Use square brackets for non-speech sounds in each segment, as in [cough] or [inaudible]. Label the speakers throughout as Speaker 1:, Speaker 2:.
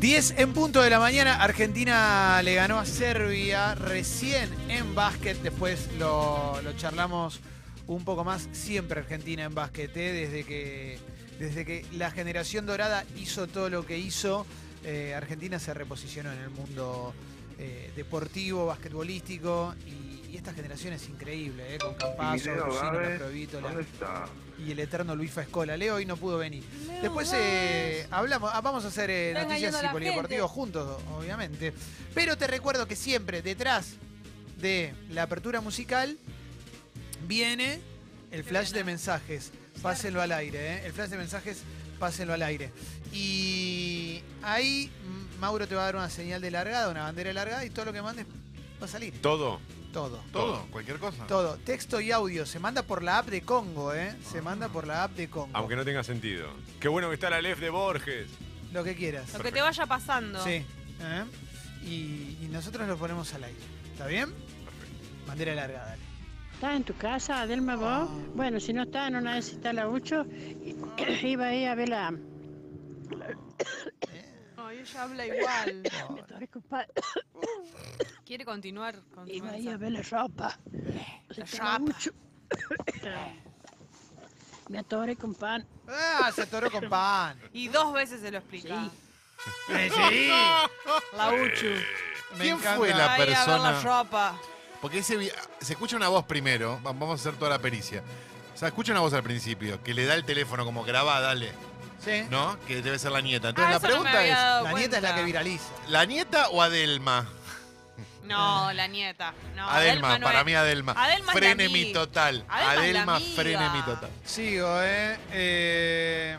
Speaker 1: 10 en punto de la mañana, Argentina le ganó a Serbia recién en básquet, después lo, lo charlamos un poco más, siempre Argentina en básquet, ¿eh? desde, que, desde que la generación dorada hizo todo lo que hizo, eh, Argentina se reposicionó en el mundo eh, deportivo, basquetbolístico y, y esta generación es increíble, ¿eh? con Campazzo,
Speaker 2: Leo
Speaker 1: Rusino,
Speaker 2: Gávez,
Speaker 1: Los Provítola
Speaker 2: ¿Dónde está?
Speaker 1: y el eterno Luis Escola. Leo hoy no pudo venir. Después eh, hablamos, ah, vamos a hacer eh,
Speaker 3: Está
Speaker 1: noticias
Speaker 3: engañando a
Speaker 1: y
Speaker 3: la
Speaker 1: polideportivos juntos, obviamente. Pero te recuerdo que siempre detrás de la apertura musical viene el flash de mensajes. Pásenlo al aire, ¿eh? El flash de mensajes, pásenlo al aire. Y ahí mm, Mauro te va a dar una señal de largada, una bandera de largada y todo lo que mandes va a salir.
Speaker 4: Todo.
Speaker 1: Todo.
Speaker 5: Todo, cualquier cosa.
Speaker 1: Todo, texto y audio, se manda por la app de Congo, ¿eh? Se manda por la app de Congo.
Speaker 4: Aunque no tenga sentido. Qué bueno que está la Lef de Borges.
Speaker 1: Lo que quieras.
Speaker 3: Lo que te vaya pasando.
Speaker 1: Sí. ¿eh? Y, y nosotros lo ponemos al aire. ¿Está bien? Bandera larga, dale.
Speaker 6: ¿Estás en tu casa, Adelma, vos? Bueno, si no está, en una vez está la Ucho, [clears throat] iba ahí a ver la...
Speaker 3: Ay, ella habla igual.
Speaker 6: Me tomé con pa-
Speaker 3: Quiere continuar con su
Speaker 6: [coughs] Iba ahí
Speaker 3: mensaje.
Speaker 6: a ver la ropa. Está la
Speaker 3: ropa.
Speaker 6: Ucho. [coughs] Me atoré con pan.
Speaker 1: Ah, se atoró con pan.
Speaker 3: Y dos veces se lo explica.
Speaker 6: Sí.
Speaker 1: Eh, [laughs] sí.
Speaker 3: La Uchu.
Speaker 1: Me
Speaker 5: ¿Quién
Speaker 1: encanta.
Speaker 5: fue la
Speaker 3: Va a ir a ver la
Speaker 5: persona?
Speaker 3: ropa.
Speaker 5: Porque ese vi- se escucha una voz primero. va- Vamos a hacer toda la pericia. O sea, escucha una voz al princip que le da el teléfono como grabá, dale,
Speaker 1: Sí.
Speaker 5: ¿no? Que debe ser la nieta.
Speaker 3: Ah,
Speaker 5: Entonces la
Speaker 3: eso no me
Speaker 5: pregunta
Speaker 3: había
Speaker 5: es,
Speaker 3: dado
Speaker 1: La nieta es la
Speaker 3: cuenta.
Speaker 1: que viraliza.
Speaker 5: ¿la nieta o Adelma?
Speaker 3: No, la nieta. No,
Speaker 5: Adelma,
Speaker 3: Adelma no
Speaker 5: para
Speaker 3: es.
Speaker 5: mí Adelma.
Speaker 3: Adelma es la
Speaker 5: frene mi
Speaker 3: amiga.
Speaker 5: total.
Speaker 3: Adelma es la
Speaker 5: Adelma,
Speaker 3: amiga.
Speaker 5: frene mi total.
Speaker 1: Sigo, ¿eh? Eh,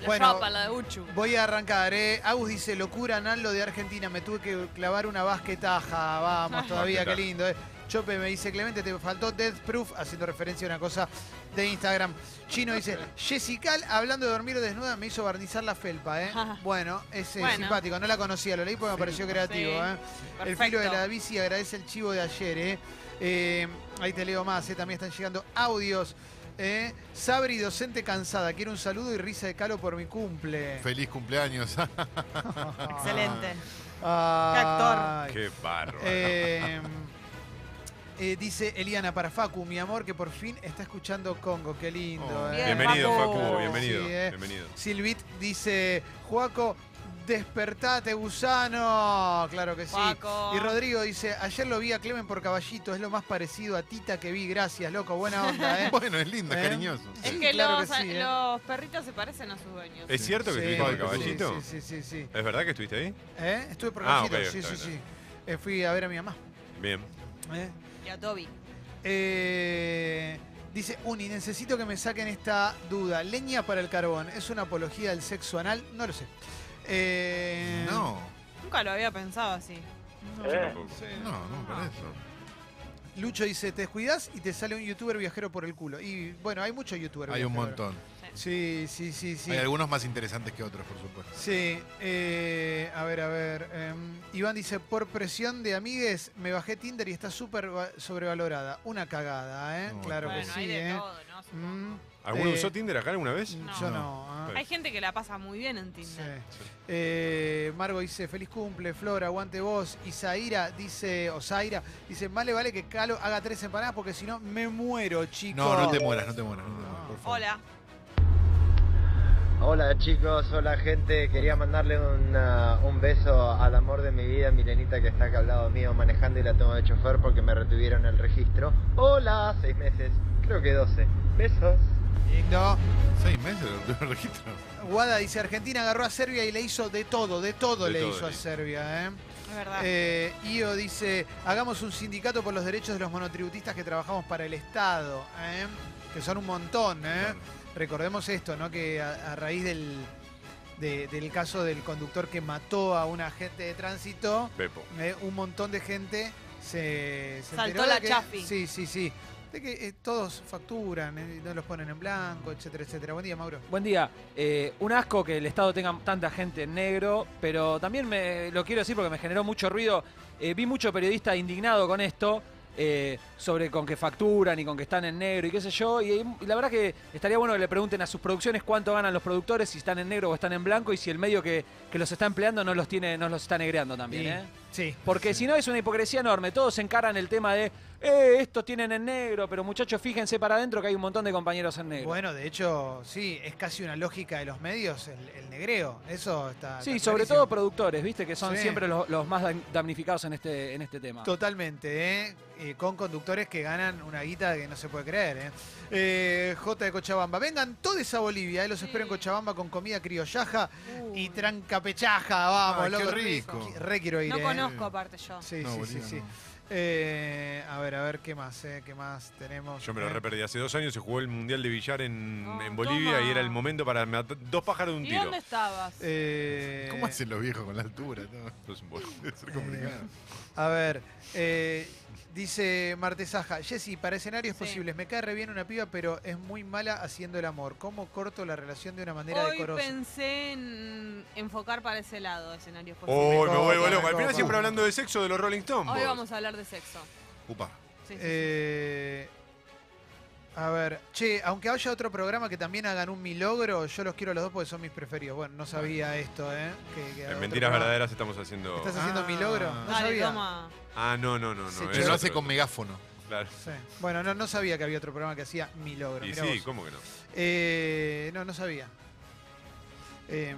Speaker 3: La
Speaker 1: Bueno.
Speaker 3: ropa, la de Uchu.
Speaker 1: Voy a arrancar, ¿eh? Agus dice, locura, Naldo de Argentina, me tuve que clavar una basquetaja, vamos, todavía, qué
Speaker 4: Basquetaja.
Speaker 1: lindo, ¿eh? Chope me dice, Clemente, te faltó Death Proof, haciendo referencia a una cosa de Instagram. Chino dice, Jessical, hablando de dormir desnuda, me hizo barnizar la felpa, ¿eh?
Speaker 3: Ajá.
Speaker 1: Bueno, es eh,
Speaker 3: Bueno.
Speaker 1: simpático, no la conocía, lo leí porque me pareció creativo,
Speaker 3: Sí.
Speaker 1: ¿eh? El filo
Speaker 3: Perfecto.
Speaker 1: de la bici agradece el chivo de ayer, ¿eh? Eh, ahí te leo más, ¿eh? También están llegando audios. ¿eh? Sabri, docente cansada, quiero un saludo y risa de calo por mi cumple.
Speaker 5: Feliz cumpleaños. [laughs]
Speaker 3: Excelente.
Speaker 1: Ah, ay.
Speaker 4: Qué barro. [laughs]
Speaker 1: Eh, eh, dice Eliana para Facu, mi amor, que por fin está escuchando Congo. Qué lindo.
Speaker 5: Oh,
Speaker 1: eh.
Speaker 3: bien,
Speaker 4: bienvenido,
Speaker 3: Facu.
Speaker 4: Facu, bienvenido.
Speaker 1: Sí, eh.
Speaker 4: Bienvenido.
Speaker 1: Silvit dice, Juaco, despertate, gusano. Claro que Ah, sí.
Speaker 3: Juaco.
Speaker 1: Y Rodrigo dice, ayer lo vi a Clemen por caballito, es lo más parecido a Tita que vi. Gracias, loco, buena onda,
Speaker 4: [laughs]
Speaker 1: ¿eh?
Speaker 5: bueno, es lindo, es
Speaker 1: ¿Eh?
Speaker 5: cariñoso.
Speaker 3: Es
Speaker 1: Sí,
Speaker 3: que,
Speaker 1: claro
Speaker 3: los,
Speaker 1: que sí, ¿eh?
Speaker 3: los perritos se parecen a sus dueños.
Speaker 4: ¿Es cierto que
Speaker 1: Sí,
Speaker 4: estuviste
Speaker 1: sí,
Speaker 4: por caballito?
Speaker 1: Sí, sí, sí, sí.
Speaker 4: ¿Es verdad que estuviste ahí?
Speaker 1: ¿Eh? Estuve por
Speaker 4: Ah,
Speaker 1: caballito,
Speaker 4: ok,
Speaker 1: sí,
Speaker 4: está
Speaker 1: sí,
Speaker 4: bien,
Speaker 1: sí. Eh, fui a ver a mi mamá.
Speaker 4: Bien.
Speaker 1: ¿eh?
Speaker 3: Y a Toby.
Speaker 1: Eh, dice Uni, necesito que me saquen esta duda. Leña para el carbón, ¿es una apología del sexo anal? No lo sé. Eh,
Speaker 5: No,
Speaker 3: Nunca lo había pensado así.
Speaker 2: ¿Eh?
Speaker 4: Tampoco.
Speaker 1: sí.
Speaker 5: no, no, por eso.
Speaker 1: Lucho dice, te descuidas y te sale un youtuber viajero por el culo. Y bueno, hay muchos youtubers.
Speaker 5: Hay un
Speaker 1: viajeros.
Speaker 5: montón.
Speaker 1: Sí, sí, sí, sí.
Speaker 5: Hay algunos más interesantes que otros, por supuesto.
Speaker 1: Sí, eh, a ver, a ver. em, Iván dice, por presión de amigues, me bajé Tinder y está súper va- sobrevalorada. Una cagada, ¿eh?
Speaker 5: No,
Speaker 1: claro
Speaker 3: bueno,
Speaker 1: que
Speaker 3: hay
Speaker 1: sí,
Speaker 3: de
Speaker 1: ¿eh?
Speaker 3: todo, ¿no? Supongo.
Speaker 1: Mm,
Speaker 4: ¿Alguno
Speaker 1: Eh,
Speaker 4: usó Tinder acá alguna vez?
Speaker 3: No.
Speaker 1: Yo no.
Speaker 5: No.
Speaker 1: ¿eh?
Speaker 3: Hay gente que la pasa muy bien en Tinder.
Speaker 1: Sí. Eh, Margo dice, feliz cumple, Flora, aguante vos. Y Zaira dice, o Zaira, dice, más le vale que Calo haga tres empanadas porque si no me muero, chico.
Speaker 5: No, no te mueras, no te mueras, no te mueras, por favor.
Speaker 3: Hola.
Speaker 7: Hola chicos, hola gente, quería mandarle una- un beso al amor de mi vida, Milenita que está acá al lado mío manejando y la tengo de chofer porque me retuvieron el registro. Hola, seis meses, creo que doce. Besos.
Speaker 1: Lindo.
Speaker 5: Seis meses del primer [laughs] registro.
Speaker 1: Guada dice, Argentina agarró a Serbia y le hizo de todo, de todo
Speaker 4: De
Speaker 1: le
Speaker 4: todo,
Speaker 1: hizo a
Speaker 4: sí.
Speaker 1: Serbia. ¿eh?
Speaker 3: Es verdad.
Speaker 1: Eh, Io dice, hagamos un sindicato por los derechos de los monotributistas que trabajamos para el Estado, ¿eh? que son un montón. ¿eh?
Speaker 5: Claro.
Speaker 1: Recordemos esto, ¿no? que a, a raíz del, de- del caso del conductor que mató a un agente de tránsito,
Speaker 4: Pepo.
Speaker 1: eh, un montón de gente se, se
Speaker 3: Saltó
Speaker 1: enteró de
Speaker 3: la
Speaker 1: que-
Speaker 3: chafi.
Speaker 1: Sí, sí, sí. De que eh, todos facturan, eh, no los ponen en blanco, etcétera, etcétera. Buen día, Mauro.
Speaker 8: Buen día. Eh, un asco que el Estado tenga tanta gente en negro, pero también me, lo quiero decir porque me generó mucho ruido. Eh, vi mucho periodista indignado con esto. eh, sobre con que facturan y con que están en negro y qué sé yo. Y, y la verdad que estaría bueno que le pregunten a sus producciones cuánto ganan los productores, si están en negro o están en blanco y si el medio que, que los está empleando no los tiene, no los está negreando también,
Speaker 1: Sí.
Speaker 8: ¿eh?
Speaker 1: Sí.
Speaker 8: Porque si no es una hipocresía enorme. Todos encaran el tema de, eh, estos tienen en negro, pero muchachos, fíjense para adentro que hay un montón de compañeros en negro.
Speaker 1: Bueno, de hecho, sí, es casi una lógica de los medios el, el negreo. Eso está.
Speaker 8: sí,
Speaker 1: está
Speaker 8: sobre
Speaker 1: clarísimo.
Speaker 8: todo productores, viste, que son
Speaker 1: Sí.
Speaker 8: siempre los, los más dam- damnificados en este, en este tema.
Speaker 1: Totalmente, ¿eh? Eh, con conductores que ganan una guita que no se puede creer. ¿eh? Eh, J de Cochabamba. Vengan todos a Bolivia, ¿eh? los
Speaker 3: Sí.
Speaker 1: espero en Cochabamba con comida criollaja y
Speaker 3: Uy,
Speaker 1: trancapechaja. Vamos,
Speaker 5: Ay, qué
Speaker 1: loco.
Speaker 5: rico.
Speaker 1: Re quiero ir.
Speaker 3: no
Speaker 1: ¿eh?
Speaker 3: conozco aparte yo.
Speaker 1: Sí,
Speaker 5: No,
Speaker 1: sí, sí,
Speaker 5: Bolivia
Speaker 1: sí.
Speaker 5: no.
Speaker 1: Eh, a ver, a ver, ¿qué más? eh? ¿Qué más tenemos?
Speaker 4: Yo me lo
Speaker 1: Eh,
Speaker 4: reperdí. Hace dos años se jugó el Mundial de Billar en,
Speaker 3: No,
Speaker 4: en Bolivia
Speaker 3: toma.
Speaker 4: y era el momento para matar dos pájaros de un
Speaker 3: ¿Y
Speaker 4: tiro.
Speaker 3: dónde estabas?
Speaker 1: eh,
Speaker 5: ¿Cómo hacen los viejos con la altura? no?
Speaker 4: Entonces, bueno,
Speaker 5: [laughs] Debe
Speaker 3: eh,
Speaker 5: ser complicado.
Speaker 1: A ver, eh, dice Martesaja, Jessy, para escenarios
Speaker 3: Sí.
Speaker 1: posibles, me cae re bien una piba, pero es muy mala haciendo el amor. ¿Cómo corto la relación de una manera
Speaker 3: Hoy
Speaker 1: decorosa?
Speaker 3: pensé en enfocar para ese lado, escenarios posibles.
Speaker 4: Uy, Oh, me
Speaker 1: copa,
Speaker 4: vuelvo
Speaker 1: me
Speaker 4: loco. Al final
Speaker 1: copa.
Speaker 4: siempre hablando de sexo de los Rolling Stones.
Speaker 3: Hoy
Speaker 4: vos.
Speaker 3: vamos a hablar de sexo.
Speaker 5: Upa.
Speaker 3: Sí, sí, sí.
Speaker 1: Eh, a ver, che, aunque haya otro programa que también hagan un mi logro, yo los quiero a los dos porque son mis preferidos. Bueno, no sabía esto, ¿eh? Que- que
Speaker 4: En
Speaker 1: otro
Speaker 4: Mentiras
Speaker 1: programa-
Speaker 4: verdaderas estamos haciendo.
Speaker 1: ¿Estás haciendo
Speaker 5: Ah.
Speaker 1: mi logro? No
Speaker 3: Dale,
Speaker 1: sabía.
Speaker 3: toma.
Speaker 4: Ah, no, no, no, no.
Speaker 1: Sí,
Speaker 4: es
Speaker 1: che,
Speaker 5: Pero lo hace
Speaker 4: otro.
Speaker 5: con megáfono.
Speaker 4: Claro.
Speaker 1: Sí. Bueno, no, no sabía que había otro programa que hacía mi logro.
Speaker 4: Y
Speaker 1: mirá
Speaker 4: sí,
Speaker 1: vos.
Speaker 4: ¿cómo que no?
Speaker 1: Eh, no, no sabía. Eh,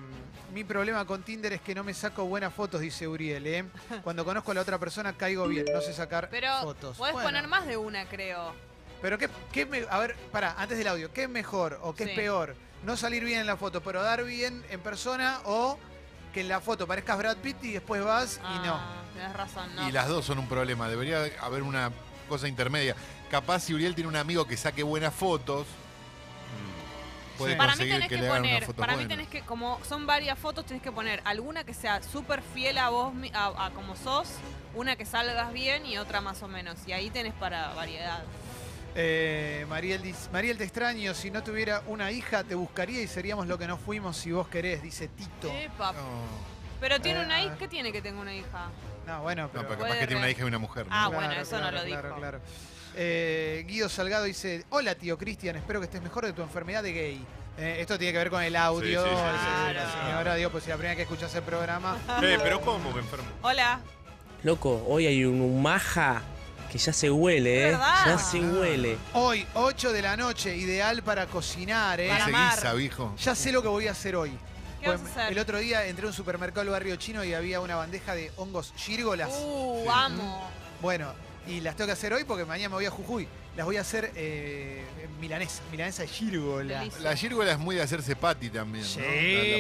Speaker 1: mi problema con Tinder es que no me saco buenas fotos, dice Uriel. ¿eh? Cuando conozco a la otra persona caigo bien, no sé sacar
Speaker 3: Pero
Speaker 1: fotos.
Speaker 3: podés
Speaker 1: Bueno,
Speaker 3: poner más de una, creo.
Speaker 1: Pero qué, qué me- a ver, pará, antes del audio, ¿qué es mejor o qué es
Speaker 3: Sí.
Speaker 1: peor? No salir bien en la foto, pero dar bien en persona o que en la foto parezcas Brad Pitt y después vas y no.
Speaker 3: Ah, Tenés razón, no.
Speaker 5: Y las dos son un problema. Debería haber una cosa intermedia. Capaz si Uriel tiene un amigo que saque buenas fotos, mm, puede
Speaker 1: Sí.
Speaker 3: Para mí
Speaker 5: conseguir
Speaker 3: tenés
Speaker 5: que
Speaker 3: que,
Speaker 5: le hagan una
Speaker 3: poner,
Speaker 5: foto
Speaker 3: para mí
Speaker 5: buena.
Speaker 3: tenés que, como son varias fotos, tenés que poner alguna que sea súper fiel a vos, mi- a, a como sos, una que salgas bien y otra más o menos. Y ahí tenés para variedad.
Speaker 1: Eh, Mariel, dice- Mariel, te extraño, si no tuviera una hija te buscaría y seríamos lo que no fuimos si vos querés, dice Tito.
Speaker 3: Epa,
Speaker 5: No,
Speaker 3: Pero tiene
Speaker 1: Eh, a
Speaker 3: una hija,
Speaker 1: ver.
Speaker 3: ¿qué tiene que tenga una hija?
Speaker 1: No, bueno,
Speaker 5: no,
Speaker 1: pero...
Speaker 5: pero capaz
Speaker 3: Puede
Speaker 5: que tiene una
Speaker 3: re-
Speaker 5: hija y una mujer. ¿no?
Speaker 3: Ah, bueno, eso no lo
Speaker 1: claro,
Speaker 3: dijo.
Speaker 1: claro. Eh, Guido Salgado dice, hola tío Cristian, espero que estés mejor de tu enfermedad de gay. Eh, esto tiene que ver con el audio.
Speaker 4: Sí, sí, sí,
Speaker 3: sí,
Speaker 1: la
Speaker 3: sí, sí.
Speaker 1: señora, digo, pues si la primera que escuchas el programa.
Speaker 4: Eh, pero ¿cómo que enfermo?
Speaker 3: Hola.
Speaker 2: Loco, hoy hay un maja que ya se huele,
Speaker 3: Es
Speaker 2: ¿eh?
Speaker 3: verdad.
Speaker 2: Ya se huele.
Speaker 1: Hoy, 8 de la noche, ideal para cocinar, ¿eh?
Speaker 3: Para
Speaker 5: Ese
Speaker 3: amar.
Speaker 5: guisa, viejo.
Speaker 1: Ya sé lo que voy a hacer hoy. Pues,
Speaker 3: ¿Qué vas a hacer?
Speaker 1: El otro día entré a un supermercado del barrio chino y había una bandeja de hongos gírgolas.
Speaker 3: Uh, amo.
Speaker 1: Bueno, y las tengo que hacer hoy porque mañana me voy a Jujuy. Las voy a hacer eh, milanesa, milanesa de gírgola.
Speaker 3: Delicioso.
Speaker 5: La gírgola es muy de hacerse pati también. ¿no?
Speaker 1: Sí.
Speaker 5: La- la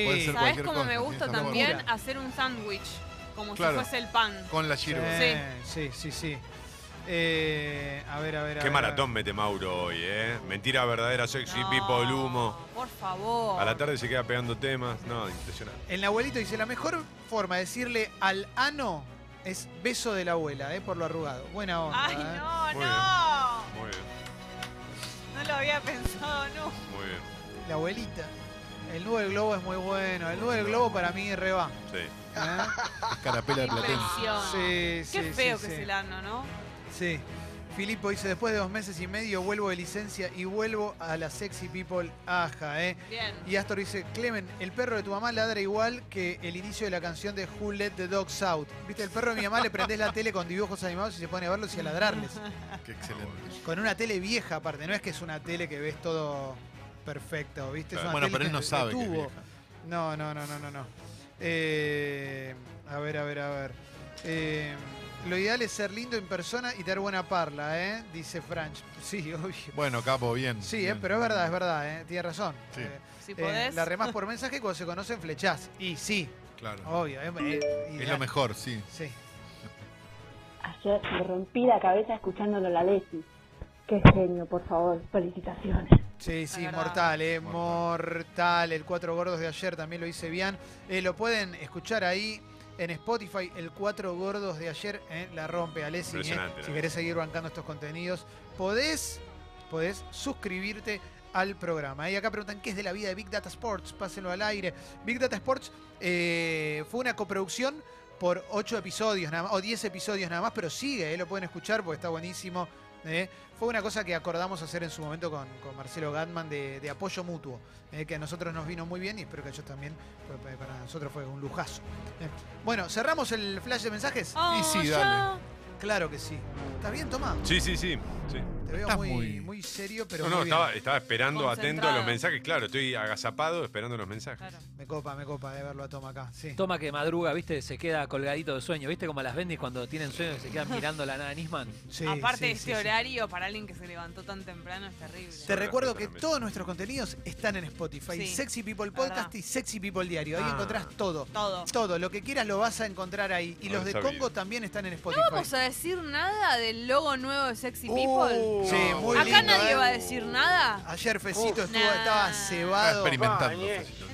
Speaker 5: puede hacer
Speaker 3: ¿Sabes
Speaker 5: cualquier
Speaker 3: cómo
Speaker 5: cosa,
Speaker 3: me
Speaker 5: tiene
Speaker 3: gusta
Speaker 5: sabor.
Speaker 3: también
Speaker 1: Locura.
Speaker 3: hacer un sándwich? Como
Speaker 5: Claro.
Speaker 3: si fuese el pan.
Speaker 5: Con la gírgola.
Speaker 1: Sí, sí, sí. sí. Eh, a ver, a ver. a
Speaker 4: Qué
Speaker 1: ver,
Speaker 4: maratón mete Mauro hoy, ¿eh? Mentira verdadera, sexy,
Speaker 3: No,
Speaker 4: people, humo.
Speaker 3: Por favor.
Speaker 4: A la tarde se queda pegando temas. No, impresionante.
Speaker 1: a ver. El abuelito dice: La mejor forma de decirle al ano es beso de la abuela, eh, por lo arrugado. Buena onda.
Speaker 3: Ay,
Speaker 1: eh.
Speaker 3: no,
Speaker 4: Muy
Speaker 3: no.
Speaker 4: Muy bien,
Speaker 3: No lo había pensado nunca.
Speaker 4: muy bien.
Speaker 1: La abuelita. El nudo del globo es muy bueno. El nudo del globo para mí reba.
Speaker 4: Sí.
Speaker 3: [laughs]
Speaker 5: Carapela de Platense.
Speaker 3: Impresión.
Speaker 1: Sí, sí,
Speaker 3: Qué
Speaker 1: sí,
Speaker 3: feo
Speaker 1: sí,
Speaker 3: que es el ano, ¿no?
Speaker 1: Sí. Filipo dice, después de dos meses y medio vuelvo de licencia y vuelvo a la sexy people aja, ¿eh?
Speaker 3: Bien.
Speaker 1: Y Astor dice, Clemen, el perro de tu mamá ladra igual que el inicio de la canción de Who Let the Dogs Out. Viste, el perro de mi mamá le prendés la tele con dibujos animados y se pone a verlos y a ladrarles.
Speaker 5: [laughs] Qué excelente.
Speaker 1: Con una tele vieja aparte, no es que es una tele que ves todo perfecto, ¿viste? Es una
Speaker 5: Bueno,
Speaker 1: tele
Speaker 5: pero
Speaker 1: que
Speaker 5: él no
Speaker 1: es de
Speaker 5: sabe que es
Speaker 1: tubo.
Speaker 5: vieja.
Speaker 1: No, no, no, no, no, no. Eh, a ver, a ver, a ver. Eh, lo ideal es ser lindo en persona y tener buena parla, ¿eh? Dice Franch. Sí, obvio.
Speaker 5: Bueno, capo, bien.
Speaker 1: Sí,
Speaker 5: bien.
Speaker 1: eh, pero es verdad, es verdad, ¿eh? Tiene razón.
Speaker 5: Sí.
Speaker 1: Eh,
Speaker 3: Si
Speaker 1: eh,
Speaker 3: podés.
Speaker 1: la remás por mensaje y cuando se conocen flechás. Y sí,
Speaker 5: Claro.
Speaker 1: obvio. Es, es
Speaker 5: Es
Speaker 1: ideal.
Speaker 5: lo mejor, sí.
Speaker 1: Sí.
Speaker 9: Ayer me rompí la cabeza escuchándolo a la Leti. Qué genio, por favor. Felicitaciones.
Speaker 1: Sí, sí,
Speaker 3: verdad.
Speaker 1: mortal, eh,
Speaker 5: Mortal.
Speaker 1: mortal. El Cuatro Gordos de ayer también lo hice bien. Eh, lo pueden escuchar ahí en Spotify, el Cuatro Gordos de ayer eh, la rompe Alessi. eh.
Speaker 4: Impresionante,
Speaker 1: Si
Speaker 4: la
Speaker 1: querés seguir bancando estos contenidos, podés, podés suscribirte al programa. Y acá preguntan, ¿qué es de la vida de Big Data Sports? Pásenlo al aire. Big Data Sports eh, fue una coproducción por 8 episodios nada más, o 10 episodios nada más, pero sigue, ¿eh? lo pueden escuchar porque está buenísimo. ¿eh? Fue una cosa que acordamos hacer en su momento con, con Marcelo Gatman de, de apoyo mutuo, ¿eh? que a nosotros nos vino muy bien y espero que a ellos también, porque pa- para nosotros fue un lujazo. ¿eh? Bueno, ¿cerramos el flash de mensajes?
Speaker 3: Oh,
Speaker 5: sí,
Speaker 3: yo-
Speaker 5: dale.
Speaker 1: Claro que sí. ¿Estás bien, Tomás?
Speaker 4: Sí, sí, sí. sí.
Speaker 1: Te veo
Speaker 5: Estás
Speaker 1: muy, muy...
Speaker 5: muy-
Speaker 1: serio, pero
Speaker 4: No, no,
Speaker 1: muy bien.
Speaker 4: estaba, estaba esperando atento a
Speaker 3: Concentrado.
Speaker 4: los mensajes. Claro, estoy agazapado esperando los mensajes.
Speaker 3: Claro.
Speaker 1: Me copa, me copa de verlo a Toma acá. Sí.
Speaker 10: Toma que madruga, ¿viste? Se queda colgadito de sueño. ¿Viste como las bendis cuando tienen sueño y se quedan mirando la nada de Nisman?
Speaker 1: Sí,
Speaker 3: Aparte
Speaker 1: sí,
Speaker 3: de
Speaker 1: sí,
Speaker 3: este
Speaker 1: sí.
Speaker 3: horario, para alguien que se levantó tan temprano es terrible.
Speaker 1: Te
Speaker 4: Sobre
Speaker 1: recuerdo
Speaker 4: las
Speaker 1: que
Speaker 4: cosas también.
Speaker 1: todos nuestros contenidos están en Spotify.
Speaker 3: Sí.
Speaker 1: Sexy People Podcast
Speaker 3: Verdad.
Speaker 1: y Sexy People Diario. Ahí
Speaker 10: Ah.
Speaker 1: encontrás todo.
Speaker 3: Todo.
Speaker 1: Todo, lo que quieras lo vas a encontrar ahí. Y
Speaker 4: No
Speaker 1: los
Speaker 4: lo
Speaker 1: de
Speaker 4: sabía.
Speaker 1: Congo también están en Spotify.
Speaker 3: ¿No vamos a decir nada del logo nuevo de Sexy People?
Speaker 1: Oh. Sí, muy
Speaker 3: Acá
Speaker 1: lindo,
Speaker 3: nadie
Speaker 1: ¿eh?
Speaker 3: va a decir nada.
Speaker 1: Ayer Fecito estuvo,
Speaker 3: Nah.
Speaker 1: estaba
Speaker 5: Está
Speaker 1: cebado.
Speaker 5: experimentando.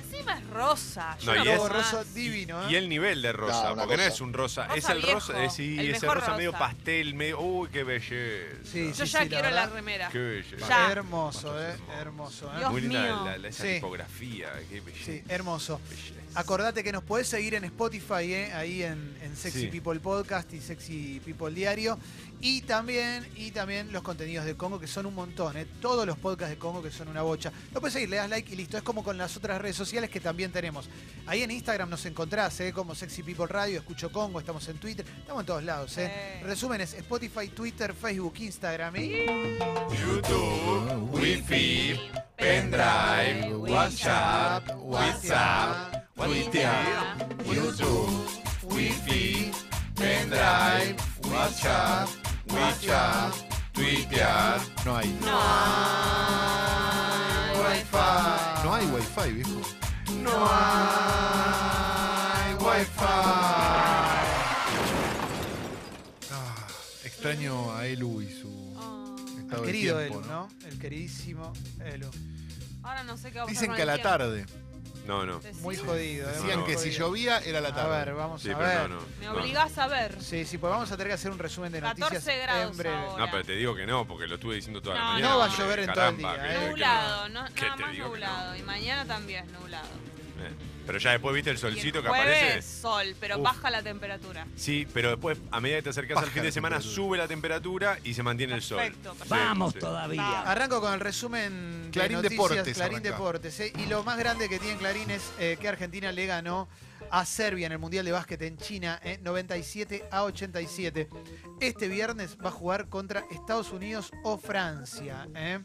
Speaker 3: Encima es rosa. Yo
Speaker 4: No,
Speaker 3: no,
Speaker 4: Ah, y es-
Speaker 3: puedo
Speaker 1: rosa
Speaker 3: más.
Speaker 1: divino,
Speaker 4: Y
Speaker 1: ¿eh?
Speaker 4: el nivel de rosa,
Speaker 7: No, una
Speaker 4: porque no
Speaker 7: cosa.
Speaker 4: es un rosa,
Speaker 3: Rosa
Speaker 4: es el
Speaker 3: viejo,
Speaker 4: rosa, eh, sí,
Speaker 3: el
Speaker 4: es el
Speaker 3: mejor
Speaker 4: rosa, medio
Speaker 3: rosa.
Speaker 4: pastel, medio. Uy, qué belleza.
Speaker 1: Sí,
Speaker 3: Yo
Speaker 1: sí,
Speaker 3: ya
Speaker 1: sí,
Speaker 3: quiero la,
Speaker 1: verdad.
Speaker 3: remera.
Speaker 4: Qué belleza.
Speaker 3: Ya.
Speaker 1: Hermoso, ¿eh? Hermoso, ¿eh?
Speaker 3: Dios
Speaker 4: Muy linda
Speaker 3: mío.
Speaker 4: la- la- esa
Speaker 1: Sí.
Speaker 4: tipografía, qué belleza.
Speaker 1: Sí, hermoso.
Speaker 4: belleza.
Speaker 1: Acordate que nos podés seguir en Spotify, ¿eh? ahí en, en Sexy
Speaker 4: Sí.
Speaker 1: People Podcast y Sexy People Diario. Y también, y también los contenidos de Congo, que son un montón, ¿eh? todos los podcasts de Congo que son una bocha. Lo puedes seguir, le das like y listo. Es como con las otras redes sociales que también tenemos. Ahí en Instagram nos encontrás, ¿eh? como Sexy People Radio, Escucho Congo, estamos en Twitter, estamos en todos lados. ¿eh?
Speaker 3: Sí.
Speaker 1: Resúmenes, Spotify, Twitter, Facebook, Instagram y...
Speaker 4: YouTube, Wi-Fi,
Speaker 3: pendrive,
Speaker 5: WhatsApp,
Speaker 1: WhatsApp,
Speaker 5: Twitter,
Speaker 1: YouTube, Wi-Fi, pendrive, WhatsApp, WhatsApp,
Speaker 5: Twitter. No hay.
Speaker 3: No. Oh, hay
Speaker 1: Wi-Fi.
Speaker 5: No hay wifi, viejo.
Speaker 1: No hay Wi-Fi.
Speaker 5: Ah, extraño a Elu y su
Speaker 3: Oh.
Speaker 5: estado de
Speaker 1: Ah, Querido
Speaker 5: tiempo,
Speaker 1: Elu, ¿no? El queridísimo Elu.
Speaker 3: Ahora no sé qué va a pasar
Speaker 5: Dicen
Speaker 3: con
Speaker 5: que a
Speaker 3: el
Speaker 5: la
Speaker 3: tiempo.
Speaker 5: tarde.
Speaker 4: No, no.
Speaker 3: Decime.
Speaker 1: Muy jodido. ¿eh?
Speaker 5: Decían
Speaker 1: Muy
Speaker 5: que si
Speaker 1: jodido.
Speaker 5: llovía era la
Speaker 1: A ver,
Speaker 5: tarde.
Speaker 1: vamos
Speaker 4: Sí,
Speaker 1: a
Speaker 4: pero
Speaker 1: ver.
Speaker 4: no,
Speaker 3: Me
Speaker 4: no. no.
Speaker 3: obligás a ver.
Speaker 1: Sí, sí, pues vamos a tener que hacer un resumen de noticias
Speaker 3: 14 grados
Speaker 1: en breve.
Speaker 3: ahora.
Speaker 4: No, pero te digo que no, porque lo estuve diciendo toda la
Speaker 3: No,
Speaker 4: mañana.
Speaker 3: no va a
Speaker 4: hombre,
Speaker 1: llover en todo el
Speaker 4: caramba,
Speaker 1: día,
Speaker 4: que-
Speaker 1: ¿eh?
Speaker 4: que-
Speaker 3: Nublado, no,
Speaker 4: ¿Qué
Speaker 3: nada
Speaker 4: te
Speaker 3: más
Speaker 4: digo que no?
Speaker 3: nublado. Y mañana también nublado.
Speaker 4: Eh, Pero ya después viste el solcito
Speaker 3: y el
Speaker 4: que
Speaker 3: jueves,
Speaker 4: aparece.
Speaker 3: sol, pero
Speaker 4: Uf.
Speaker 3: baja la temperatura.
Speaker 4: Sí, pero después, a medida que te acercas al
Speaker 5: Baja
Speaker 4: fin de
Speaker 5: la
Speaker 4: semana,
Speaker 5: temperatura.
Speaker 4: sube la temperatura y se mantiene el
Speaker 3: Perfecto,
Speaker 4: sol.
Speaker 3: perfecto.
Speaker 4: Vamos
Speaker 3: Está.
Speaker 1: Arranco con el resumen de
Speaker 5: Clarín
Speaker 1: noticias,
Speaker 5: Deportes
Speaker 1: Clarín
Speaker 5: arranca.
Speaker 1: Deportes. ¿eh? Y lo más grande que tiene Clarín es eh, que Argentina le ganó a Serbia en el Mundial de Básquet en China, eh, 97 a 87. Este viernes va a jugar contra Estados Unidos o Francia. ¿eh?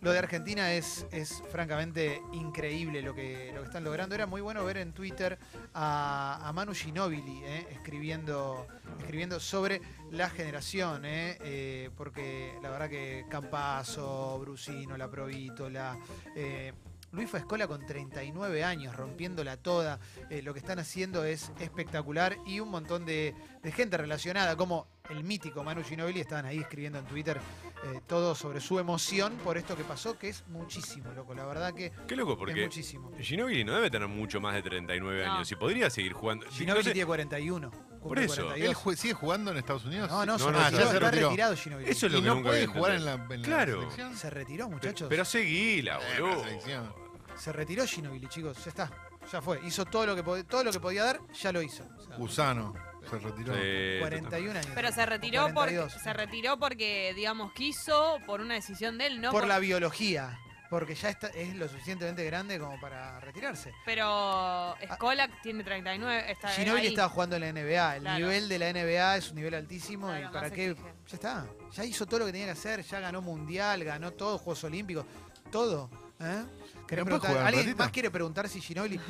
Speaker 1: Lo de Argentina es, es francamente increíble lo que, lo que están logrando. Era muy bueno ver en Twitter a, a Manu Ginóbili ¿eh? escribiendo, escribiendo sobre la generación, ¿eh? Eh, porque la verdad que Campazo, Brusino, La Provítola, eh, Luis Fascola con 39 años, rompiéndola toda. Eh, lo que están haciendo es espectacular y un montón de, de gente relacionada, como el mítico Manu Ginobili, estaban ahí escribiendo en Twitter eh, todo sobre su emoción por esto que pasó, que es muchísimo, loco. La verdad que
Speaker 4: Qué loco,
Speaker 1: es
Speaker 4: porque
Speaker 1: muchísimo.
Speaker 4: Ginobili no debe tener mucho más de 39
Speaker 3: No.
Speaker 4: años y podría seguir jugando.
Speaker 1: Ginobili
Speaker 4: No sé,
Speaker 1: tiene 41. cumple
Speaker 4: eso.
Speaker 1: 42.
Speaker 5: ¿Él jue- sigue jugando en Estados Unidos?
Speaker 1: No, no, se
Speaker 4: No, no,
Speaker 1: retiró,
Speaker 4: ya se
Speaker 1: está
Speaker 5: retiró.
Speaker 1: retirado Ginobili.
Speaker 4: Eso es lo
Speaker 5: ¿Y
Speaker 4: que
Speaker 5: no
Speaker 4: nunca
Speaker 5: puede
Speaker 4: voy a
Speaker 5: jugar en la,
Speaker 4: entender.
Speaker 5: en la
Speaker 4: Claro.
Speaker 5: selección?
Speaker 1: Se retiró, muchachos.
Speaker 4: Pero seguila,
Speaker 5: Eh,
Speaker 4: boludo.
Speaker 5: la selección.
Speaker 1: Se retiró Ginobili, chicos. Ya está. Ya fue. Hizo todo lo que, pod- todo lo que podía dar, ya lo hizo. O sea,
Speaker 5: Gusano. Se retiró.
Speaker 4: Sí,
Speaker 1: 41 años.
Speaker 3: Pero se retiró, porque,
Speaker 1: 42.
Speaker 3: se retiró porque, digamos, quiso, por una decisión de él, ¿no?
Speaker 1: por la biología. Porque ya está, es lo suficientemente grande como para retirarse.
Speaker 3: Pero Skolak tiene 39. Está
Speaker 1: Ginobili
Speaker 3: ahí.
Speaker 1: estaba jugando en la NBA. El
Speaker 3: Claro.
Speaker 1: nivel de la NBA es un nivel altísimo.
Speaker 3: Claro,
Speaker 1: ¿Y
Speaker 3: más
Speaker 1: para qué?
Speaker 3: exige.
Speaker 1: Ya está. Ya hizo todo lo que tenía que hacer. Ya ganó mundial, ganó todo, Juegos Olímpicos, todo. ¿eh? ¿Querés
Speaker 5: ¿No puede
Speaker 1: preguntar?
Speaker 5: jugar un
Speaker 1: ¿Alguien
Speaker 5: ratito?
Speaker 1: más quiere preguntar si
Speaker 3: [laughs]
Speaker 1: Ginobili?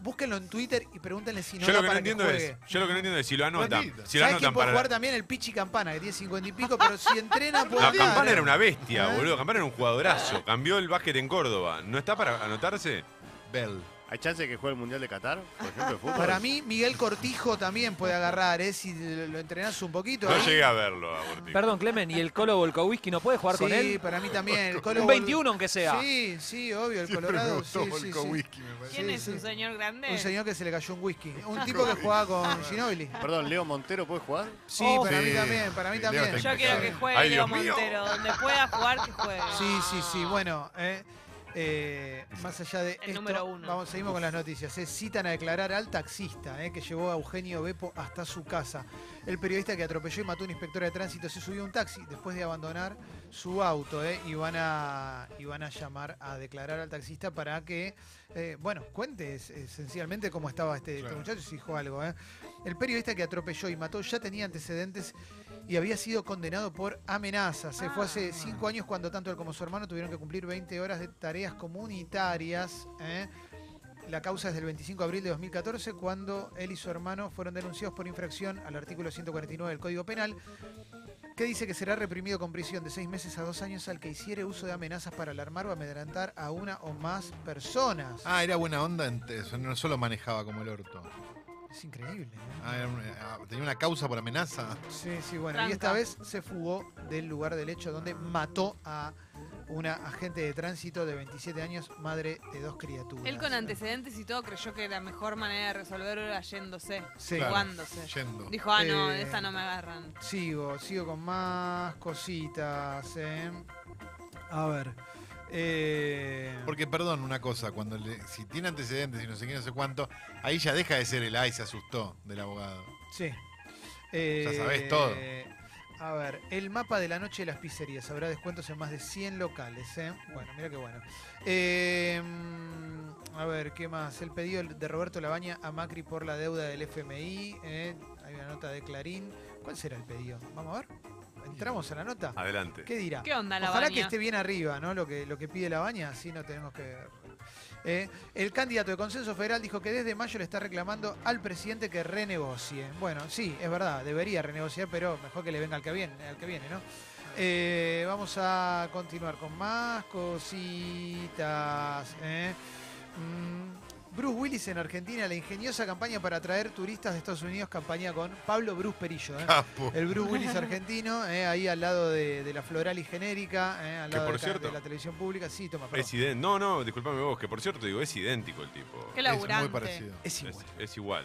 Speaker 1: Búsquenlo en Twitter y pregúntenle si no
Speaker 4: Yo lo
Speaker 1: da
Speaker 4: que no
Speaker 1: para
Speaker 4: entiendo
Speaker 1: que juegue.
Speaker 4: es, yo lo que no entiendo es si lo anotan,
Speaker 5: Maldito.
Speaker 4: si
Speaker 1: ¿Sabes
Speaker 4: lo
Speaker 1: quién
Speaker 4: anotan
Speaker 1: puede jugar
Speaker 4: para
Speaker 1: también? El Pichi Campana, que tiene 50 y pico, pero si entrena puede
Speaker 4: No,
Speaker 1: jugar.
Speaker 4: Ah, Campana era una bestia,
Speaker 1: ¿Eh?
Speaker 4: boludo. Campana era un jugadorazo. Cambió el básquet en Córdoba. ¿No está para anotarse?
Speaker 5: Bell.
Speaker 11: ¿Hay chance de que juegue el Mundial de Qatar? Por ejemplo,
Speaker 1: [laughs]
Speaker 11: de fútbol.
Speaker 1: Para mí, Miguel Cortijo también puede agarrar, ¿eh? Si lo entrenás un poquito. ¿eh?
Speaker 4: No
Speaker 1: ahí.
Speaker 4: llegué a verlo, Agustín.
Speaker 10: Perdón, Clemen, ¿y el Colo Volkowski no puede jugar con
Speaker 1: sí,
Speaker 10: él?
Speaker 1: para mí también. El Colo
Speaker 10: Un 21 aunque sea.
Speaker 1: Sí, sí, obvio, el
Speaker 5: Siempre me
Speaker 1: Colorado.
Speaker 5: gustó
Speaker 1: sí, sí,
Speaker 5: Volko
Speaker 1: sí.
Speaker 5: Whisky, me parece.
Speaker 3: ¿Quién
Speaker 1: Sí,
Speaker 3: es
Speaker 1: sí.
Speaker 3: un señor Ah. grande?
Speaker 1: Un señor que se le cayó un whisky. Un tipo que jugaba con Ginobili.
Speaker 11: Perdón, Leo Montero puede jugar.
Speaker 1: Sí,
Speaker 10: Oh.
Speaker 1: para mí
Speaker 5: Sí.
Speaker 1: también, para mí
Speaker 5: Sí, Leo
Speaker 1: también.
Speaker 5: está
Speaker 3: Yo quiero que juegue
Speaker 4: Ay,
Speaker 3: Leo
Speaker 4: Dios mío.
Speaker 3: Montero. Donde pueda jugar, que juegue.
Speaker 1: Sí, sí, sí, bueno. eh, Eh, más allá de esto,
Speaker 3: número uno.
Speaker 1: Vamos, seguimos con las noticias. eh. Citan a declarar al taxista eh, que llevó a Eugenio Beppo hasta su casa. El periodista que atropelló y mató a una inspectora de tránsito se subió a un taxi después de abandonar su auto eh, y, van a, y van a llamar a declarar al taxista para que, eh, bueno, cuente es- esencialmente cómo estaba este, este
Speaker 5: Claro.
Speaker 1: muchacho, si dijo algo. eh. El periodista que atropelló y mató ya tenía antecedentes y había sido condenado por amenazas. Se fue hace cinco años cuando tanto él como su hermano tuvieron que cumplir 20 horas de tareas comunitarias. ¿eh? La causa es del 25 de abril de 2014, cuando él y su hermano fueron denunciados por infracción al artículo 149 del Código Penal, que dice que será reprimido con prisión de seis meses a dos años al que hiciere uso de amenazas para alarmar o amedrentar a una o más personas.
Speaker 5: Ah, era buena onda, ent- no solo manejaba como el orto.
Speaker 1: Es increíble. ¿eh?
Speaker 5: Ah, era un- ah, tenía una causa por amenaza.
Speaker 1: Sí, sí, bueno. Y
Speaker 3: Tranca.
Speaker 1: esta vez se fugó del lugar del hecho donde mató a una agente de tránsito de 27 años, madre de dos criaturas.
Speaker 3: Él con antecedentes y todo creyó que la mejor manera de resolverlo era yéndose,
Speaker 1: Sí.
Speaker 5: Claro.
Speaker 3: jugándose.
Speaker 5: Yendo.
Speaker 3: Dijo, ah, no,
Speaker 1: Eh,
Speaker 3: esta no me agarran.
Speaker 1: Sigo, sigo con más cositas. ¿eh? A ver. eh,
Speaker 5: Porque, perdón, una cosa, cuando le- si tiene antecedentes y no sé qué, no sé cuánto, ahí ya deja de ser el ay, se asustó del abogado.
Speaker 1: Sí.
Speaker 5: Ya sabés
Speaker 1: Eh,
Speaker 5: todo.
Speaker 1: A ver, el mapa de la noche de las pizzerías. Habrá descuentos en más de 100 locales. ¿eh? Bueno, mira qué bueno. Eh, mm, a ver, ¿qué más? El pedido de Roberto Labaña a Macri por la deuda del FMI. ¿eh? Hay una nota de Clarín. ¿Cuál será el pedido? Vamos a ver. ¿Entramos a la nota?
Speaker 4: Adelante.
Speaker 1: ¿Qué dirá?
Speaker 3: ¿Qué onda la
Speaker 1: Ojalá que esté bien arriba, ¿no? Lo que, lo que pide la baña, así no tenemos que. Eh, el candidato de Consenso Federal dijo que desde mayo le está reclamando al presidente que renegocie. Bueno, sí, es verdad, debería renegociar, pero mejor que le venga al que viene, al que viene ¿no? Eh, vamos a continuar con más cositas. ¿eh? Mm, Bruce Willis en Argentina, la ingeniosa campaña para atraer turistas de Estados Unidos, campaña con Pablo Bruce Perillo. ¿eh?
Speaker 5: Capo.
Speaker 1: El Bruce Willis argentino, eh, ahí al lado de, de la floral y genérica, eh, al
Speaker 4: Que
Speaker 1: lado
Speaker 4: por
Speaker 1: de, ca-
Speaker 4: cierto-
Speaker 1: de la televisión pública. Sí, toma, perdón.
Speaker 4: Es idén- No, no, disculpame vos, que por cierto digo, es idéntico el tipo.
Speaker 3: Qué
Speaker 5: Es
Speaker 3: laburante.
Speaker 5: muy parecido.
Speaker 1: Es
Speaker 4: Es,
Speaker 1: igual.
Speaker 4: es igual.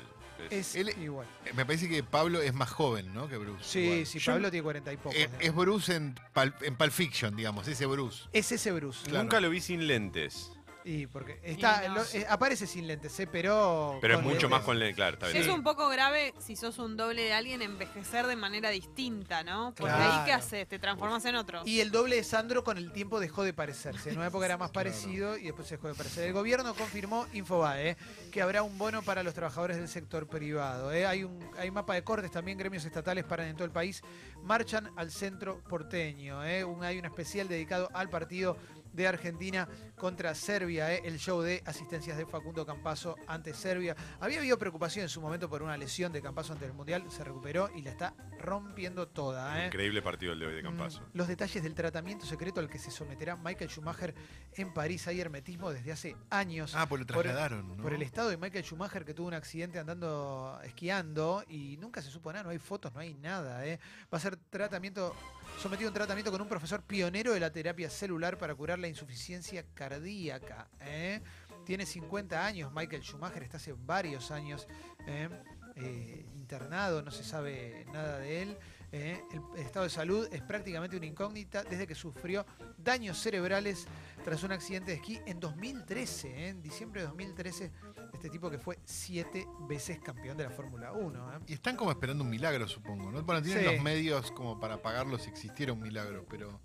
Speaker 1: Es
Speaker 4: Es-
Speaker 5: Él-
Speaker 1: igual.
Speaker 5: Eh, Me parece que Pablo es más joven, ¿no? Que Bruce.
Speaker 1: Sí,
Speaker 5: igual.
Speaker 1: sí,
Speaker 5: Yo-
Speaker 1: Pablo tiene cuarenta y pocos.
Speaker 5: eh,
Speaker 1: digamos.
Speaker 5: es Bruce en, Pal- en Pulp Fiction, digamos, ese Bruce.
Speaker 1: es ese Bruce.
Speaker 5: Claro.
Speaker 4: Nunca lo vi sin lentes,
Speaker 1: Y porque está,
Speaker 3: Y no.
Speaker 1: lo- eh, aparece sin lentes, eh, pero.
Speaker 4: pero es
Speaker 1: con
Speaker 4: mucho más
Speaker 1: lentes.
Speaker 4: con lentes, claro, está bien.
Speaker 3: Es un poco grave si sos un doble de alguien envejecer de manera distinta, ¿no? Porque ahí, ¿qué
Speaker 1: Claro.
Speaker 3: haces? Te transformas en otro.
Speaker 1: Y el doble de Sandro con el tiempo dejó de parecerse. En una época era más parecido y después se dejó de parecer. El gobierno confirmó Infobae que habrá un bono para los trabajadores del sector privado. ¿eh? Hay un hay mapa de cortes, también gremios estatales paran en todo el país. Marchan al centro porteño. ¿eh? Un- hay un especial dedicado al partido de Argentina contra Serbia, ¿eh? el show de asistencias de Facundo Campaso ante Serbia. Había habido preocupación en su momento por una lesión de Campaso ante el Mundial, se recuperó y la está rompiendo toda. ¿eh?
Speaker 4: Increíble partido el de hoy de
Speaker 1: Mm,
Speaker 4: Campaso.
Speaker 1: Los detalles del tratamiento secreto al que se someterá Michael Schumacher en París. Hay hermetismo desde hace años.
Speaker 5: Ah, pues lo
Speaker 1: Por-
Speaker 5: trasladaron, ¿no?
Speaker 1: Por el estado de Michael Schumacher que tuvo un accidente andando esquiando y nunca se supo nada, no hay fotos, no hay nada. ¿eh? Va a ser tratamiento, sometido a un tratamiento con un profesor pionero de la terapia celular para curar la insuficiencia cardíaca. ¿eh? Tiene 50 años Michael Schumacher, está hace varios años ¿eh? Eh, internado, no se sabe nada de él. ¿eh? El estado de salud es prácticamente una incógnita desde que sufrió daños cerebrales tras un accidente de esquí en 2013, ¿eh? en diciembre de 2013, este tipo que fue siete veces campeón de la Fórmula 1. ¿eh?
Speaker 5: Y están como esperando un milagro, supongo, ¿no? Bueno, tienen
Speaker 1: Sí.
Speaker 5: los medios como para pagarlo si existiera un milagro, pero,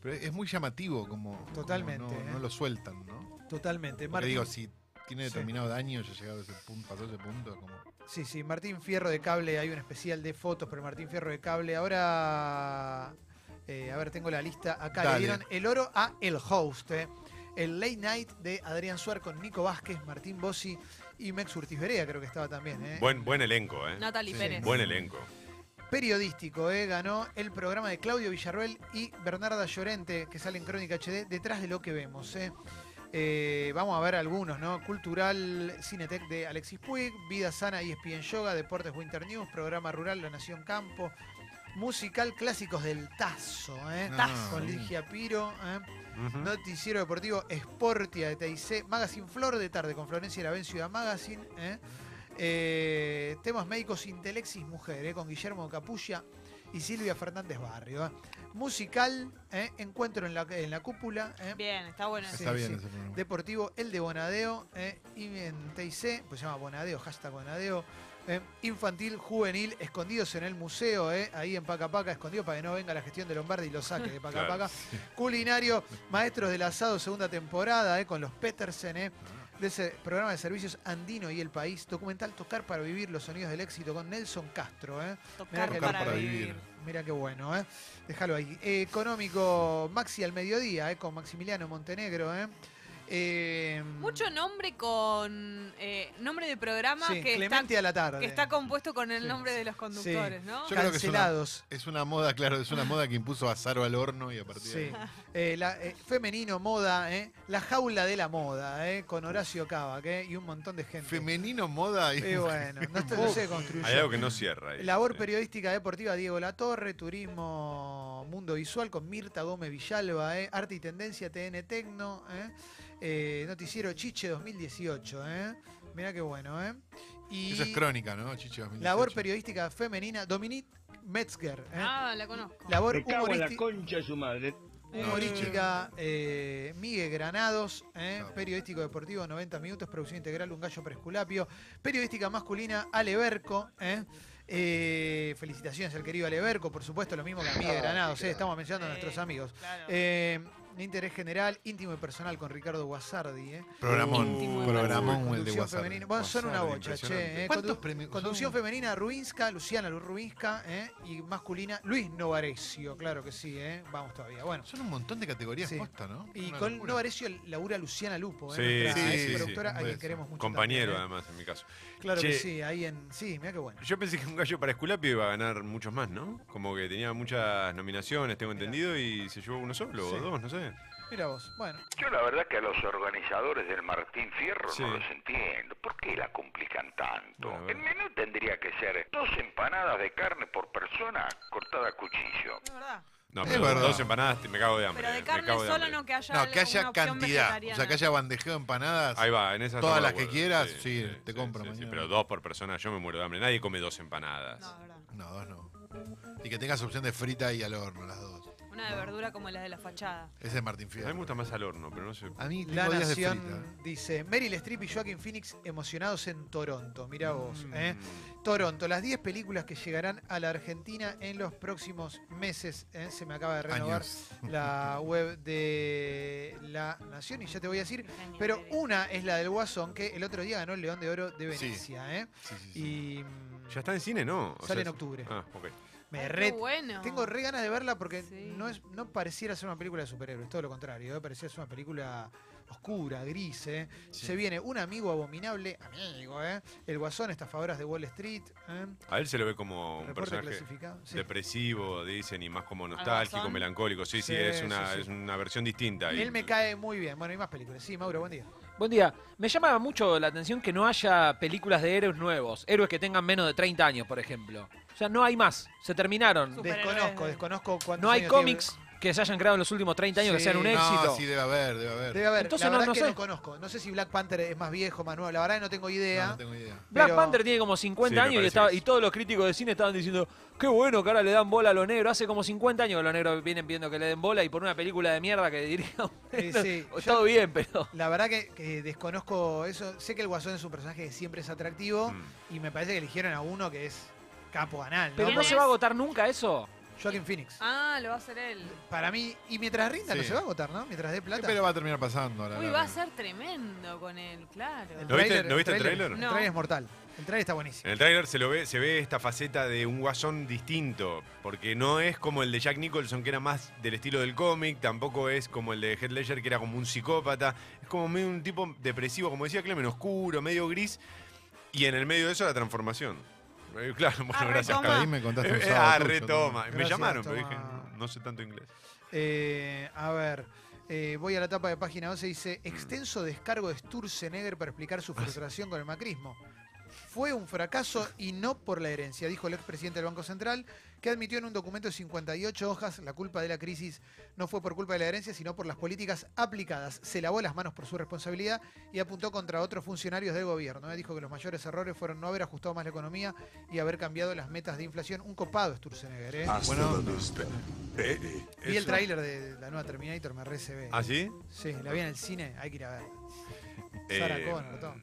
Speaker 5: pero es muy llamativo como, como
Speaker 1: Totalmente,
Speaker 5: no-
Speaker 1: ¿eh?
Speaker 5: no, lo sueltan, ¿no?
Speaker 1: Totalmente.
Speaker 5: Porque
Speaker 1: Martín,
Speaker 5: digo, si tiene
Speaker 1: Sí.
Speaker 5: determinado daño, ya llegado a ese punto, pasó ese punto, como...
Speaker 1: Sí, sí, Martín Fierro de Cable, hay un especial de fotos, pero Martín Fierro de Cable, ahora, eh, a ver, tengo la lista acá,
Speaker 5: Dale.
Speaker 1: le dieron el oro a El Host, ¿eh? el Late Night de Adrián Suar con Nico Vázquez, Martín Bossi y Mex Urtiz Berea, creo que estaba también. ¿eh?
Speaker 4: Buen, buen elenco, ¿eh?
Speaker 3: Natalie
Speaker 1: Sí.
Speaker 3: Pérez.
Speaker 4: Buen elenco.
Speaker 1: periodístico, ¿eh? ganó el programa de Claudio Villarroel y Bernarda Llorente, que sale en Crónica HD, detrás de lo que vemos. ¿eh? Eh, vamos a ver algunos, ¿no? Cultural Cinetec de Alexis Puig, Vida Sana y ESPN Yoga, Deportes Winter News, Programa Rural La Nación Campo, Musical Clásicos del Tazo, ¿eh?
Speaker 5: Tazo.
Speaker 1: con Ligia Piro, ¿eh?
Speaker 4: Ujú.
Speaker 1: Noticiero Deportivo Sportia de TIC, Magazine Flor de Tarde con Florencia Lavén Ciudad Magazine, ¿eh? Eh, temas médicos Intelexis Mujer, ¿eh? con Guillermo Capulla y Silvia Fernández Barrio. ¿eh? Musical, ¿eh? Encuentro en la, en la cúpula. ¿eh?
Speaker 3: Bien, está bueno.
Speaker 1: Sí,
Speaker 5: Está bien
Speaker 1: sí.
Speaker 5: ese programa.
Speaker 1: Deportivo, el de Bonadeo, eh, y en TIC, pues se llama Bonadeo, hashtag Bonadeo, eh, infantil, juvenil, escondidos en el museo, eh, ahí en Pacapaca, escondido para que no venga la gestión de Lombardi y lo saque de Pacapaca.
Speaker 4: Claro.
Speaker 1: Culinario, maestros del asado, segunda temporada, eh, con los Petersen, eh, de ese programa de servicios Andino y el País, documental Tocar para Vivir los Sonidos del Éxito con Nelson Castro. Eh.
Speaker 3: Tocar,
Speaker 1: Tocar
Speaker 3: para,
Speaker 5: para
Speaker 3: vivir.
Speaker 5: vivir.
Speaker 1: Mira qué bueno, ¿eh? Déjalo ahí. Eh, económico, Maxi al mediodía, ¿eh? Con Maximiliano Montenegro, ¿eh? Eh,
Speaker 3: Mucho nombre con eh, nombre de programa
Speaker 1: sí,
Speaker 3: que, está,
Speaker 1: Clemente a la tarde.
Speaker 3: que está compuesto con el
Speaker 1: Sí. eh,
Speaker 3: nombre de los conductores, ¿no?
Speaker 5: Yo creo que es una-
Speaker 1: Cancelados.
Speaker 5: Es una moda, claro, es una moda que impuso a Zaro al horno y a partir
Speaker 1: Sí.
Speaker 5: de ahí.
Speaker 1: Eh, la, eh, femenino, moda, ¿eh? La jaula de la moda, ¿eh? Con Horacio Cava, ¿eh? Y un montón de gente.
Speaker 5: Femenino moda y
Speaker 1: Y bueno, no, está- no se construyó.
Speaker 4: Hay algo que no cierra ahí. eh,
Speaker 1: Labor
Speaker 4: Sí.
Speaker 1: periodística deportiva Diego Latorre, Turismo Mundo Visual con Mirta Gómez Villalba, ¿eh? Arte y Tendencia TN Tecno, ¿eh? Eh, Noticiero Chiche 2018. ¿eh? Mirá qué bueno. ¿eh? Y
Speaker 5: [laughs] Eso es crónica, ¿no? Chiche 2018.
Speaker 1: labor periodística femenina Dominique Metzger. ¿eh?
Speaker 3: Ah, la conozco.
Speaker 1: labor
Speaker 12: Me cago en la
Speaker 1: humoristi-
Speaker 12: concha de su madre.
Speaker 1: humorística eh, Miguel Granados, ¿eh?
Speaker 5: No.
Speaker 1: periodístico deportivo 90 minutos, producción integral Un Gallo Presculapio, periodística masculina Ale Berco. ¿eh? Eh, felicitaciones al querido Ale Berco, por supuesto, lo mismo que a Miguel
Speaker 7: Ah,
Speaker 1: Granados, ¿eh?
Speaker 7: qué grande.
Speaker 1: estamos mencionando a
Speaker 3: Sí,
Speaker 1: nuestros amigos.
Speaker 3: claro.
Speaker 1: Eh, interés general, íntimo y personal con Ricardo Guasardi. ¿eh?
Speaker 5: Programón,
Speaker 3: Íntimo y
Speaker 5: programón el de
Speaker 1: Conducción
Speaker 5: WhatsApp.
Speaker 1: femenina. Bueno, son una bocha, che. ¿eh?
Speaker 5: ¿Cuántos
Speaker 1: Condu-
Speaker 5: premios?
Speaker 1: Conducción femenina Ruinska, Luciana Lu- Ruinska ¿eh? y masculina Luis Novarecio, claro que sí, ¿eh? vamos todavía. Bueno,
Speaker 5: Son un montón de categorías
Speaker 1: Sí.
Speaker 5: posta, ¿no?
Speaker 1: y
Speaker 5: Una
Speaker 1: con
Speaker 5: locura.
Speaker 1: Novarecio labura Luciana Lupo,
Speaker 4: Sí,
Speaker 1: ¿eh? nuestra
Speaker 5: sí,
Speaker 1: ex
Speaker 5: sí,
Speaker 1: productora, a
Speaker 5: sí. Un
Speaker 1: quien
Speaker 5: beso.
Speaker 1: queremos mucho.
Speaker 4: Compañero,
Speaker 1: también, ¿eh?
Speaker 4: además, en mi caso.
Speaker 1: Claro que
Speaker 4: Che.
Speaker 1: sí, ahí en. Sí, mira qué bueno.
Speaker 4: Yo pensé que un gallo para Esculapio iba a ganar muchos más, ¿no? Como que tenía muchas nominaciones, tengo
Speaker 1: Mirá.
Speaker 4: entendido, y se llevó uno solo,
Speaker 1: Sí.
Speaker 4: o dos, no sé.
Speaker 1: Mira vos, bueno.
Speaker 13: Yo la verdad que a los organizadores del Martín Fierro
Speaker 4: Sí.
Speaker 13: no los entiendo. ¿Por qué la complican tanto?
Speaker 4: Bueno, a ver.
Speaker 13: El menú tendría que ser dos empanadas de carne por persona cortada a cuchillo.
Speaker 3: Es verdad.
Speaker 4: No,
Speaker 5: Es
Speaker 4: pero
Speaker 5: verdad.
Speaker 4: dos empanadas te- me cago de hambre.
Speaker 3: Pero de
Speaker 4: me
Speaker 3: carne
Speaker 4: cago
Speaker 3: solo
Speaker 4: hambre.
Speaker 3: no que haya
Speaker 5: No, que
Speaker 3: algo- una
Speaker 5: haya
Speaker 3: opción
Speaker 5: cantidad. O sea, que
Speaker 3: vegetariana.
Speaker 5: haya bandejeo de empanadas.
Speaker 4: Ahí va, en esas
Speaker 5: Todas
Speaker 4: estamos
Speaker 5: las
Speaker 4: de
Speaker 5: que
Speaker 4: acuerdo.
Speaker 5: quieras, sí, te compro
Speaker 4: sí,
Speaker 5: mañana.
Speaker 4: pero dos por persona, yo me muero de hambre. Nadie come dos empanadas.
Speaker 3: No, es verdad.
Speaker 5: No, dos no. Y que tengas opción de frita y al horno, las dos.
Speaker 3: Una de verdura como la de la fachada.
Speaker 5: Ese es Martín
Speaker 4: A mí me
Speaker 5: Fierro.
Speaker 4: gusta más al horno, pero no sé.
Speaker 5: A mí
Speaker 1: La
Speaker 5: tengo días de frita. ¿eh?
Speaker 1: Nación dice: Meryl Streep y Joaquin Phoenix emocionados en Toronto. Mira vos, ¿eh?
Speaker 4: Mm.
Speaker 1: Toronto, las 10 películas que llegarán a la Argentina en los próximos meses. ¿eh? Se me acaba de renovar
Speaker 5: Años.
Speaker 1: la web de La Nación y ya te voy a decir.
Speaker 3: Genial,
Speaker 1: Pero
Speaker 3: Tere.
Speaker 1: una es la del Guasón, que el otro día ganó el León de Oro de
Speaker 5: Sí.
Speaker 1: Venecia. ¿eh?
Speaker 5: Sí, sí, sí.
Speaker 1: Y mm,
Speaker 4: ¿Ya está en cine, no? O
Speaker 1: sale en
Speaker 4: sea,
Speaker 1: octubre.
Speaker 4: Ah, ok.
Speaker 1: Me
Speaker 3: Ay, qué
Speaker 1: re-
Speaker 3: bueno.
Speaker 1: Tengo re ganas de verla porque
Speaker 3: Sí.
Speaker 1: no, es, no pareciera ser una película de superhéroes, todo lo contrario, ¿eh? parecía ser una película oscura, gris. ¿eh?
Speaker 5: Sí.
Speaker 1: Se viene un amigo abominable, amigo, ¿eh? el guasón, estafadoras de Wall Street, ¿eh?
Speaker 4: A él se lo ve como un
Speaker 1: reporte
Speaker 4: personaje
Speaker 1: clasificado. sí.
Speaker 4: depresivo, dicen, y más como nostálgico,
Speaker 3: Guasón?
Speaker 4: melancólico. Sí,
Speaker 1: Sí,
Speaker 4: sí, es, una,
Speaker 1: sí, sí.
Speaker 4: es una versión distinta. Y-
Speaker 1: Él me cae muy bien. Bueno, hay más películas. Sí, Mauro, buen día.
Speaker 10: Buen día. Me llama mucho la atención que no haya películas de héroes nuevos. Héroes que tengan menos de 30 años, por ejemplo. O sea, no hay más. Se terminaron.
Speaker 3: Superhéroes.
Speaker 1: Desconozco, desconozco cuántos
Speaker 10: No hay
Speaker 1: años tiene.
Speaker 10: cómics que se hayan creado en los últimos 30 años que
Speaker 1: Sí,
Speaker 10: sean un
Speaker 1: no,
Speaker 10: éxito.
Speaker 5: No, sí, debe haber, debe haber.
Speaker 1: Debe haber.
Speaker 10: Entonces
Speaker 1: la
Speaker 10: no-
Speaker 1: verdad
Speaker 10: no
Speaker 1: que
Speaker 10: sé.
Speaker 1: no conozco. No sé si Black Panther es más viejo, más nuevo. La verdad que no tengo idea.
Speaker 5: No, no tengo idea.
Speaker 10: Black
Speaker 1: pero-
Speaker 10: Panther tiene como 50
Speaker 4: Sí, me
Speaker 10: años y,
Speaker 4: parece
Speaker 10: estaba-
Speaker 4: que
Speaker 10: y
Speaker 4: sí.
Speaker 10: todos los críticos de cine estaban diciendo, qué bueno que ahora le dan bola a los negros. Hace como 50 años que los negros vienen pidiendo que le den bola y por una película de mierda que [laughs] dirija un
Speaker 1: Eh,
Speaker 10: negro,
Speaker 1: sí, yo-
Speaker 10: Todo bien, pero...
Speaker 1: La verdad que, que desconozco eso. Sé que el Guasón es un personaje que siempre es atractivo
Speaker 4: Mm.
Speaker 1: y me parece que eligieron a uno que es capo anal,
Speaker 10: ¿Pero
Speaker 1: ¿no?
Speaker 10: no
Speaker 3: ¿Quién
Speaker 10: se
Speaker 3: es?
Speaker 10: va a agotar nunca eso?
Speaker 1: Joaquin Phoenix.
Speaker 3: Ah, lo va a hacer él.
Speaker 1: Para mí, y mientras rinda no
Speaker 5: Sí.
Speaker 1: se va a agotar, ¿no? Mientras dé plata.
Speaker 5: Pero va a terminar pasando. a la
Speaker 3: Uy,
Speaker 5: larga.
Speaker 3: va a ser tremendo con él, claro.
Speaker 4: ¿Lo viste- lo viste el
Speaker 1: El
Speaker 4: tráiler?
Speaker 3: No.
Speaker 1: tráiler es mortal. El tráiler está buenísimo.
Speaker 4: En el tráiler se lo ve, se ve esta faceta de un guasón distinto, porque no es como el de Jack Nicholson que era más del estilo del cómic, tampoco es como el de Heath Ledger que era como un psicópata, es como medio un tipo depresivo, como decía Clemen, oscuro, medio gris, y en el medio de eso la transformación. Eh, Claro, [laughs]
Speaker 1: Ah,
Speaker 4: bueno,
Speaker 3: Arre,
Speaker 4: gracias.
Speaker 3: toma.
Speaker 4: Carlos.
Speaker 5: Ahí me contaste un
Speaker 4: Eh, eh,
Speaker 5: sábado
Speaker 4: [laughs] ah,
Speaker 5: tuyo,
Speaker 4: retoma.
Speaker 5: ¿no?
Speaker 4: Me
Speaker 1: Gracias,
Speaker 4: llamaron, pero
Speaker 1: toma.
Speaker 4: dije, no, no sé tanto inglés.
Speaker 1: Eh, a ver. eh, voy a la tapa de página 11 y dice extenso descargo de Sturzenegger para explicar su frustración con el macrismo. fue un fracaso y no por la herencia, dijo el expresidente del Banco Central, que admitió en un documento de 58 hojas la culpa de la crisis no fue por culpa de la herencia, sino por las políticas aplicadas. Se lavó las manos por su responsabilidad y apuntó contra otros funcionarios del gobierno. ¿eh? Dijo que los mayores errores fueron no haber ajustado más la economía y haber cambiado las metas de inflación. Un copado Sturzenegger,
Speaker 13: Ah,
Speaker 1: ¿eh?
Speaker 5: Bueno,
Speaker 1: Vi el
Speaker 4: Eso-
Speaker 1: tráiler de la nueva Terminator, me re se ve.
Speaker 4: ¿Ah, sí?
Speaker 1: Sí, la vi en el cine, hay que ir a ver.
Speaker 4: Eh,
Speaker 1: Sarah Connor, todo.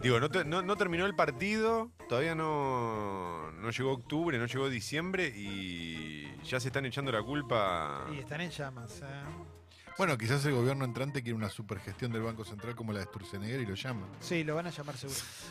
Speaker 4: Digo, no, te- no- no terminó el partido, todavía no, no llegó octubre, no llegó diciembre y ya se están echando la culpa.
Speaker 1: Y están en llamas. ¿eh?
Speaker 5: Bueno, quizás el gobierno entrante quiere una supergestión del Banco Central como la de Sturzenegger y lo llama.
Speaker 1: Sí, lo van a llamar seguro.